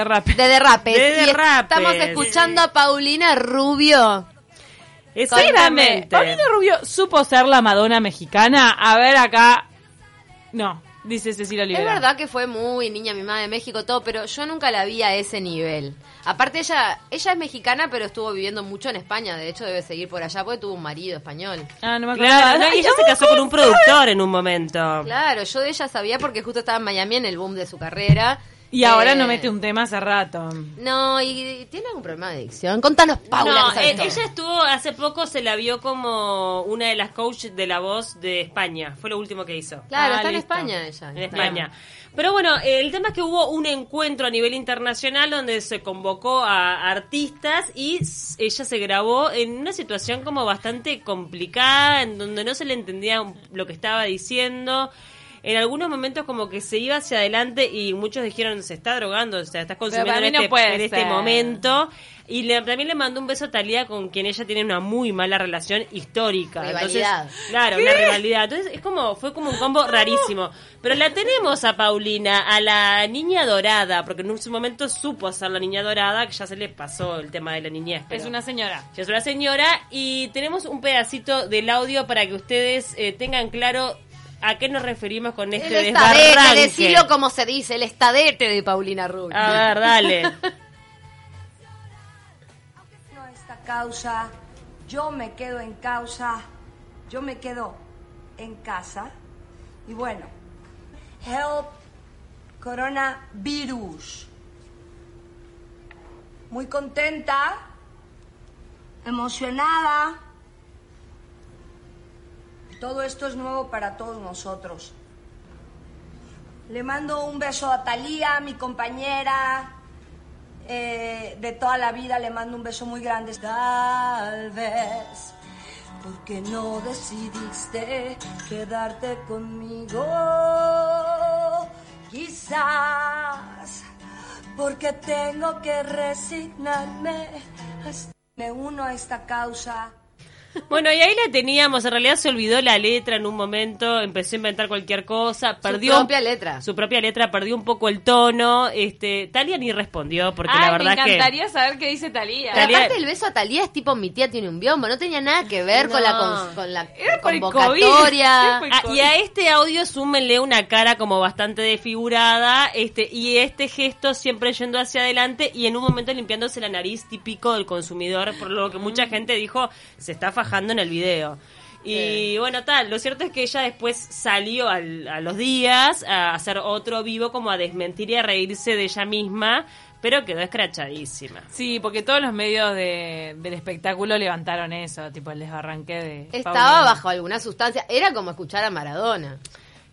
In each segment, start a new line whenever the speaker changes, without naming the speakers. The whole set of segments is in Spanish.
derrape.
De derrapes.
De
Y
derrapes.
estamos escuchando a Paulina Rubio.
Exactamente.
Contame.
Paulina Rubio supo ser la Madonna mexicana. A ver acá. No, dice Cecilia Olivera.
Es verdad que fue muy niña mimada de México, todo, pero yo nunca la vi a ese nivel. Aparte, ella ella es mexicana, pero estuvo viviendo mucho en España. De hecho, debe seguir por allá porque tuvo un marido español.
Ah, no me acordaba.
Claro, no, y ella se casó con un productor en un momento.
Claro, yo de ella sabía porque justo estaba en Miami en el boom de su carrera.
Y ahora no
Eh,
mete un tema hace rato.
No, y tiene algún problema de adicción. Contanos, Paula.
No,
que sabes
eh,
todo.
ella estuvo hace poco, se la vio como una de las coaches de la voz de España. Fue lo último que hizo.
Claro,
Ah,
está en
listo.
España ella.
En España. Pero bueno, eh, el tema es que hubo un encuentro a nivel internacional donde se convocó a artistas y s- ella se grabó en una situación como bastante complicada, en donde no se le entendía un- lo que estaba diciendo. En algunos momentos como que se iba hacia adelante y muchos dijeron se está drogando, o sea, estás consumiendo
para
en
mí no
este,
puede
en este
ser.
momento. Y le- también le mandó un beso a Talía con quien ella tiene una muy mala relación histórica.
Rivalidad.
Entonces, Claro, una rivalidad. Entonces, es como, fue como un combo rarísimo. Pero la tenemos a Paulina, a la niña dorada, porque en su momento supo ser la niña dorada, que ya se le pasó el tema de la niñez. pero
Es una señora.
Ya es una señora y tenemos un pedacito del audio para que ustedes eh, tengan claro a qué nos referimos con
El
este
estadete,
desbarranque.
decilo como se dice, el estadete de Paulina Rubio.
Ah,
A ver, dale.
No esta causa, yo me quedo en causa, yo me quedo en casa. Y bueno, help coronavirus. Muy contenta, emocionada. Todo esto es nuevo para todos nosotros. Le mando un beso a Talía, mi compañera, eh, de toda la vida le mando un beso muy grande. Tal vez, porque no decidiste quedarte conmigo. Quizás, porque tengo que resignarme. Hasta me uno a esta causa.
Bueno, y ahí la teníamos. En realidad se olvidó la letra en un momento, empezó a inventar cualquier cosa, perdió
propia letra.
Su propia letra perdió un poco el tono. Este, Talia ni respondió porque la
me
verdad que
encantaría saber qué dice Talía.
Pero
Talía-
aparte el beso a Talía es tipo mi tía tiene un biombo, no tenía nada que ver con la con, con la
Era por el
convocatoria.
COVID. Era
Ah, y a este audio súmenle una cara como bastante desfigurada, este y este gesto siempre yendo hacia adelante y en un momento limpiándose la nariz típico del consumidor, por lo que mucha
Mm.
gente dijo, se está fajando en el video. Y bueno, tal, lo cierto es que ella después salió al- a los días a hacer otro vivo como a desmentir y a reírse de ella misma, pero quedó escrachadísima.
Sí, porque todos los medios de- del espectáculo levantaron eso, tipo el desbarranque de.
Estaba
Paulina.
bajo alguna sustancia, era como escuchar a Maradona.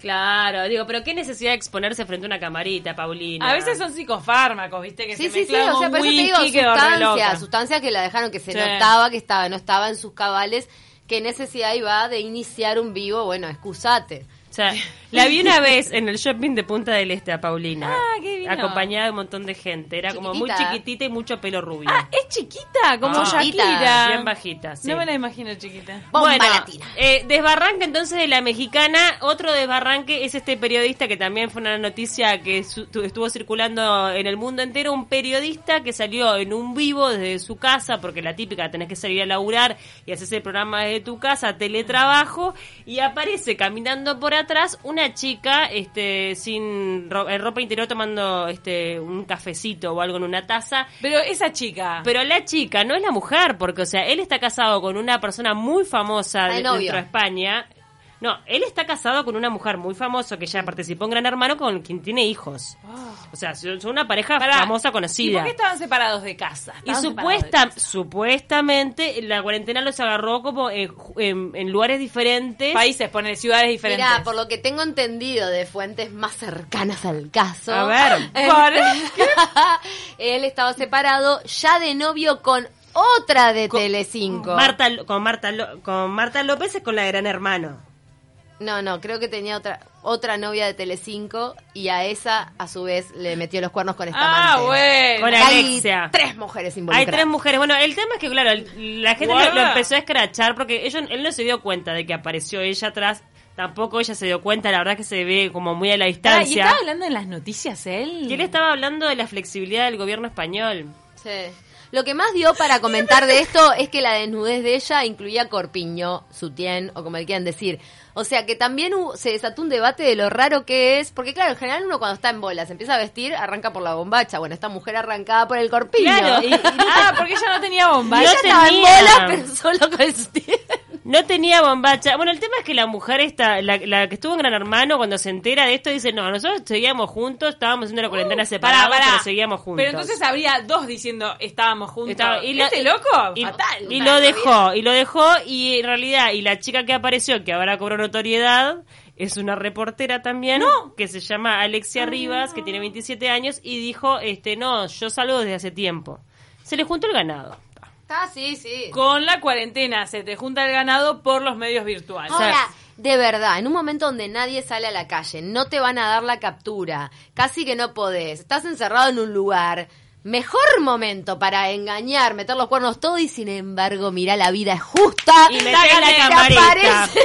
Claro, digo, pero qué necesidad de exponerse frente a una camarita, Paulina.
A veces son psicofármacos, ¿viste? Que
Sí,
se
sí, sí,
mezclan
o sea,
con
por eso te
whisky,
digo,
quedó re loca.
sustancias, sustancias que la dejaron que se
Sí.
notaba que estaba, no estaba en sus cabales, que necesidad iba de iniciar un vivo, bueno, excusate.
O sea, la vi una vez en el shopping de Punta del Este a Paulina.
Ah, qué divino.
Acompañada de un montón de gente. Era como muy
Chiquitita.
chiquitita y mucho pelo rubio.
Ah, es chiquita, como
Ah.
Shakira.
Chiquita.
Bien bajita, sí.
No me la imagino chiquita.
Bomba
bueno,
latina.
eh, desbarranque entonces de la mexicana. Otro desbarranque es este periodista que también fue una noticia que su- tu- estuvo circulando en el mundo entero. Un periodista que salió en un vivo desde su casa, porque la típica tenés que salir a laburar y haces el programa desde tu casa, teletrabajo, y aparece caminando por atrás una chica este, sin ro- en ropa interior tomando este, un cafecito o algo en una taza.
Pero esa chica.
Ah. Pero la chica no es la mujer, porque, o sea, él está casado con una persona muy
Ah,
famosa
Ay,
de,
novio.
dentro de España. No, él está casado con una mujer muy famosa que ya participó en Gran Hermano con quien tiene hijos. O sea, son son una pareja
Pará.
famosa
¿Y por
conocida.
qué estaban separados de casa?
Y
Estaban
supuesta,
separados de casa.
supuestamente la cuarentena los agarró como en, ju- en- en lugares diferentes.
Países, poner ciudades diferentes.
Mira, por lo que tengo entendido de fuentes más cercanas al caso.
A ver.
este,
Pará,
él estaba separado ya de novio con otra de Telecinco.
Marta, Lo- con, Marta, Lo- con Marta López es con la de Gran Hermano.
No, no, creo que tenía otra otra novia de Telecinco y a esa a su vez le metió los cuernos con esta
Ah,
amante.
bueno.
Con
Hay
Alexia.
tres mujeres
Hay
involucradas.
tres mujeres. Bueno, el tema es que, claro, el- la gente lo,
Guarda.
lo empezó a escrachar porque ellos, él no se dio cuenta de que apareció ella atrás. Tampoco ella se dio cuenta, la verdad que se ve como muy a la
Pará, ¿Y
distancia.
estaba hablando en las noticias él?
Que él estaba hablando de la flexibilidad del gobierno español.
Sí. Lo que más dio para comentar de esto es que la desnudez de ella incluía corpiño, sutién o como le quieran decir. O sea que también hubo- se desató un debate de lo raro que es, porque claro, en general uno cuando está en bolas empieza a vestir, arranca por la bombacha. Bueno, esta mujer arrancaba por el corpiño.
Claro,
Y- y- ah, porque ella no tenía bomba.
No
Ella
Ella-
estaba en
tenía.
bolas, pero solo con el sutién.
No tenía bombacha. Bueno, el tema es que la mujer esta, la, la que estuvo en Gran Hermano, cuando se entera de esto, dice, no, nosotros seguíamos juntos, estábamos haciendo la cuarentena separada,
Uh, Pará, pará.
pero seguíamos juntos.
Pero entonces habría dos diciendo estábamos juntos.
Estaba- y lo-
¿Este loco?
y,
Fatal.
y lo dejó, y lo dejó, y en realidad, y la chica que apareció, que ahora cobró notoriedad, es una reportera también, que se llama Alexia Rivas, que tiene 27 años, y dijo, este, no, yo salgo desde hace tiempo. Se le juntó el ganado.
Ah, sí, sí.
Con la cuarentena se te junta el ganado por los medios virtuales.
Ahora, de verdad, en un momento donde nadie sale a la calle, no te van a dar la captura, casi que no podés, estás encerrado en un lugar. Mejor momento para engañar, meter los cuernos todo y sin embargo, mirá, la vida es justa.
Y metés la
Te
camarita.
aparece-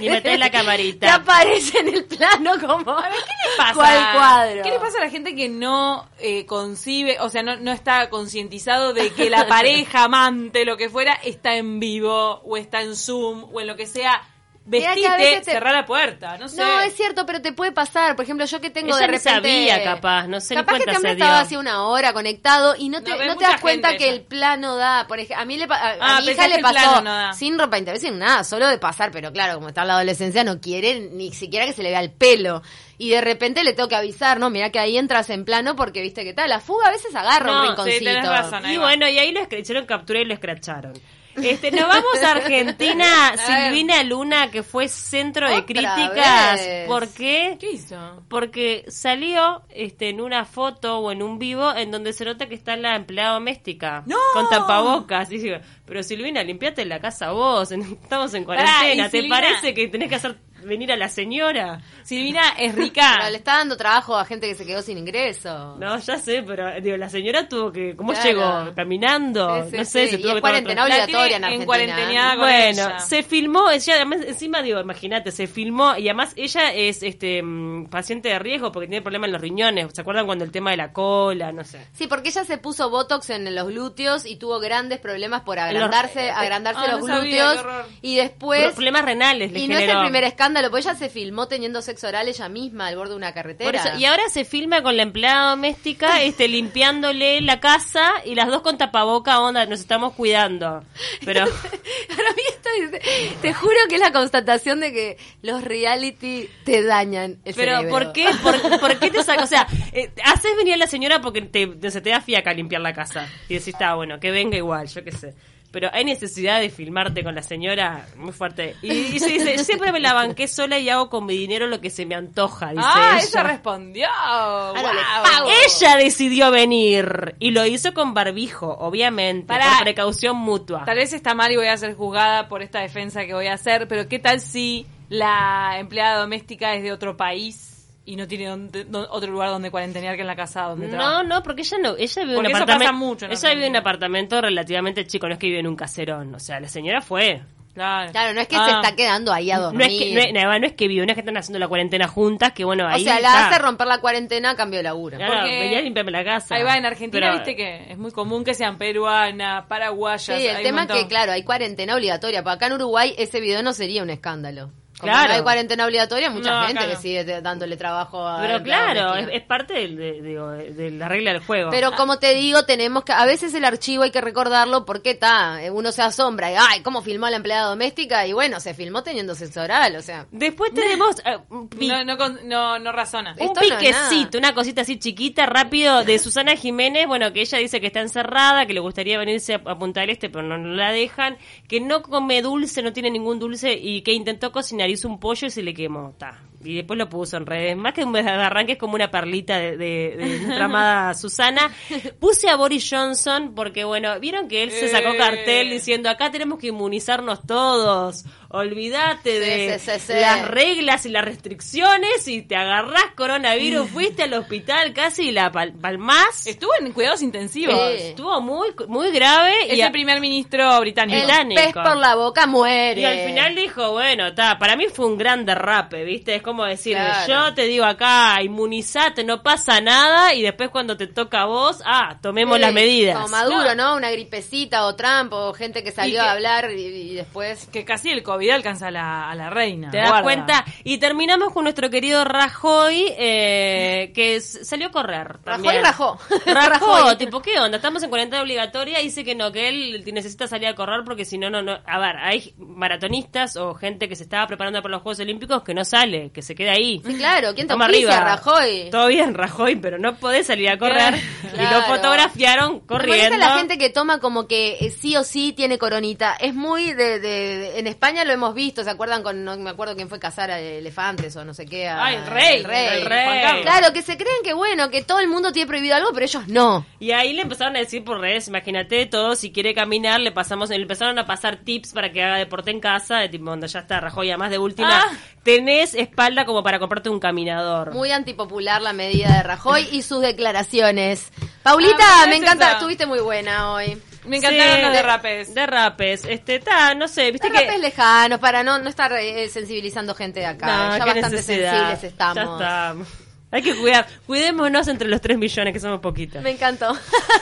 Y metés la
Te
camarita.
aparece en el plano como...
¿Qué le pasa?
¿Cuál cuadro?
¿Qué le pasa a la gente que no eh, concibe, o sea, no, no está concientizado de que la pareja, amante, lo que fuera, está en vivo o está en Zoom o en lo que sea?
Mirá que a
Vestite,
veces te-
cerrá la puerta, no sé.
No, es cierto, pero te puede pasar. Por ejemplo, yo que tengo
Ella
de
ni
repente...
sabía, capaz, no se le
Capaz que
cuenta,
este hombre
se dio.
estaba hace una hora conectado y no te,
No,
no,
ve
te
mucha
das cuenta
gente
que
ella.
el plano da... Por ejemplo, a, mí le, pa- a,
Ah,
a mi hija
pensás que
le
el plano
pasó
no da.
sin ropa interior, sin nada, solo de pasar. Pero claro, como está en la adolescencia, no quiere ni siquiera que se le vea el pelo. Y de repente le tengo que avisar, ¿no? Mirá que ahí entras en plano porque, viste, que tal, la fuga a veces agarra
No,
un
sí,
rinconcito.
tenés razón. Ahí
Y
va.
bueno, y ahí lo escra- hicieron captura y lo escracharon. Este, nos vamos a Argentina,
ver.
Silvina Luna, que fue centro de
Otra
críticas.
vez.
¿Por qué?
¿Qué hizo?
Porque salió este, en una foto o en un vivo en donde se nota que está la empleada doméstica
¡No!
con tapabocas. Y digo, pero Silvina, limpiate la casa vos, estamos en
Pará,
cuarentena.
y
¿Te
Silvina-
parece que tenés que hacer venir a la señora?
Silvina es
Pero
rica.
le está dando trabajo a gente que se quedó sin ingreso.
No, ya sé, pero digo, la señora tuvo que. ¿Cómo
Claro.
llegó? ¿Caminando?
Sí, sí,
no sé,
sí.
se
Y es
tuvo que tomar
cuarentena
otro-
La
obligatoria en
tiene en
Argentina. ¿eh?
cuarentena con
Bueno,
ella.
se filmó, ella, además, encima digo, imagínate, se filmó y además ella es este mm, paciente de riesgo porque tiene problemas en los riñones, ¿se acuerdan cuando el tema de la cola, no sé?
Sí, porque ella se puso botox en los glúteos y tuvo grandes problemas por agrandarse,
eh,
agrandarse
ah,
los
no sabía,
glúteos
qué horror.
y
Pro-
después
problemas renales le
y no es el
generó.
primer escándalo, porque ella se filmó teniendo sexo oral ella misma al borde de una
Por
carretera.
eso, y ahora se filma con la empleada doméstica, este, limpiándole la casa y las dos con tapaboca, onda, nos estamos cuidando. Pero
Para mí esto es- te juro que es la constatación de que los reality te dañan el
Pero
cerebro.
¿por qué? ¿Por, por qué te sacas? O sea, eh, haces venir a la señora porque te, te- se te da fiaca limpiar la casa. Y decís, está bueno, que venga igual, yo qué sé. Pero hay necesidad de filmarte con la señora muy fuerte. Y, y se dice, siempre me la banqué sola y hago con mi dinero lo que se me antoja, dice
ah, ella
ella.
respondió.
le
Guau.
Ah, pago.
Ah, Ella decidió venir y lo hizo con barbijo, obviamente,
Pará.
por precaución mutua.
Tal vez está mal y voy a ser juzgada por esta defensa que voy a hacer, pero ¿qué tal si la empleada doméstica es de otro país y no tiene donde- do- otro lugar donde cuarentenear que en la casa donde
No,
trabaja?
no, porque ella no, ella vive en un
Porque eso
apartamento.
pasa mucho en
ella
Argentina.
vive en un apartamento relativamente chico, no es que vive en un caserón. O sea, la señora fue.
Claro.
Claro, no es que se
Ah.
está quedando ahí a dormir.
No es, que, no, es, no, no es que vio, no es que están haciendo la cuarentena juntas, que bueno,
o
ahí
sea, la
está.
hace romper la cuarentena a cambio de laburo.
Claro,
Porque-
venía a limpiarme la casa.
Ahí va, en Argentina,
Pero-
viste que es muy común que sean peruanas, paraguayas.
Sí, el
hay un
tema es
montón.
que, claro, hay cuarentena obligatoria. Para acá en Uruguay ese video no sería un escándalo. Como
Claro.
no hay cuarentena obligatoria, mucha
No, acá
gente que
no.
sigue te- dándole trabajo a...
Pero
a-
claro,
a-
es, es parte del- de, digo, de la regla del juego.
Pero como te digo, tenemos que... A veces el archivo hay que recordarlo porque está, eh, uno se asombra. Y, Ay, ¿cómo filmó a la empleada doméstica? Y bueno, se filmó teniendo sexo oral, o sea...
Después tenemos eh, un, pi-
No, no, con- no, no razona.
Eh,
un
esto no es
piquecito,
nada.
una cosita así chiquita, rápido, de Susana Jiménez, bueno, que ella dice que está encerrada, que le gustaría venirse a, a Punta del Este, pero no, no la dejan, que no come dulce, no tiene ningún dulce, y que intentó cocinar, hizo un pollo y se le quemó, ta. Y después lo puso en redes. Más que un arranque es como una perlita de, de- de nuestra amada Susana. Puse a Boris Johnson porque, bueno, vieron que él se sacó
Eh.
cartel diciendo acá tenemos que inmunizarnos todos. Olvídate
Sí,
de
sí, sí, sí.
las reglas y las restricciones y te agarrás
Mm.
coronavirus, fuiste al hospital casi y la pal- palmás.
Eh.
Estuvo en cuidados intensivos.
Sí.
Estuvo muy muy grave
Es
y, a-
el primer ministro británico.
El
Británico.
pez por la boca muere.
y al final dijo, bueno, ta, para mí fue un gran derrape, ¿viste? Es como decir,
Claro.
yo te digo acá, inmunizate, no pasa nada y después cuando te toca a vos, ah, tomemos
Sí,
las medidas.
Como Maduro, ¿no? Una gripecita o Trump o gente que salió
que-
a hablar y, y después.
Que casi el COVID alcanza a la, a la reina.
¿Te das
guarda.
cuenta? Y terminamos con nuestro querido Rajoy, eh, que s- salió a correr. También.
rajó.
Rajó,
Rajoy.
tipo, ¿qué onda? Estamos en cuarentena obligatoria, dice que no, que él necesita salir a correr porque si no, no, no. A ver, hay maratonistas o gente que se estaba preparando para los Juegos Olímpicos que no sale, que se queda ahí.
Sí, claro, ¿quién te
Vamos
auspicia,
arriba.
Rajoy?
Todo bien, Rajoy, pero no podés salir a correr. Y
Claro.
lo fotografiaron
Me molesta
corriendo.
la gente que toma como que eh, sí o sí tiene coronita. Es muy de, de- de- En España lo hemos visto, ¿se acuerdan? con No me acuerdo quién fue cazar a elefantes o no sé qué. a-
Ay, Ah, el rey,
al rey.
el rey.
Juan Carlos. Claro, que se creen que bueno, que todo el mundo tiene prohibido algo, pero ellos no.
Y ahí le empezaron a decir por redes, imagínate todo, si quiere caminar, le pasamos, le empezaron a pasar tips para que haga deporte en casa, de tipo, donde ya está, Rajoy, además de última,
Ah.
tenés espalda como para comprarte un caminador.
Muy antipopular la medida de Rajoy y sus declaraciones. Paulita,
Ah, me
me encanta,
esa.
estuviste muy buena hoy.
Me encantaron
Sí,
los
de-
derrapes.
Derrapes, este, ta, no sé, viste
Derrapes
que...
lejanos para no, no estar eh, sensibilizando gente de acá.
No,
ya
qué
bastante
necesidad.
sensibles
Ya
estamos.
estamos. Hay que cuidar, cuidémonos entre los 3 millones que somos poquitos.
Me encantó.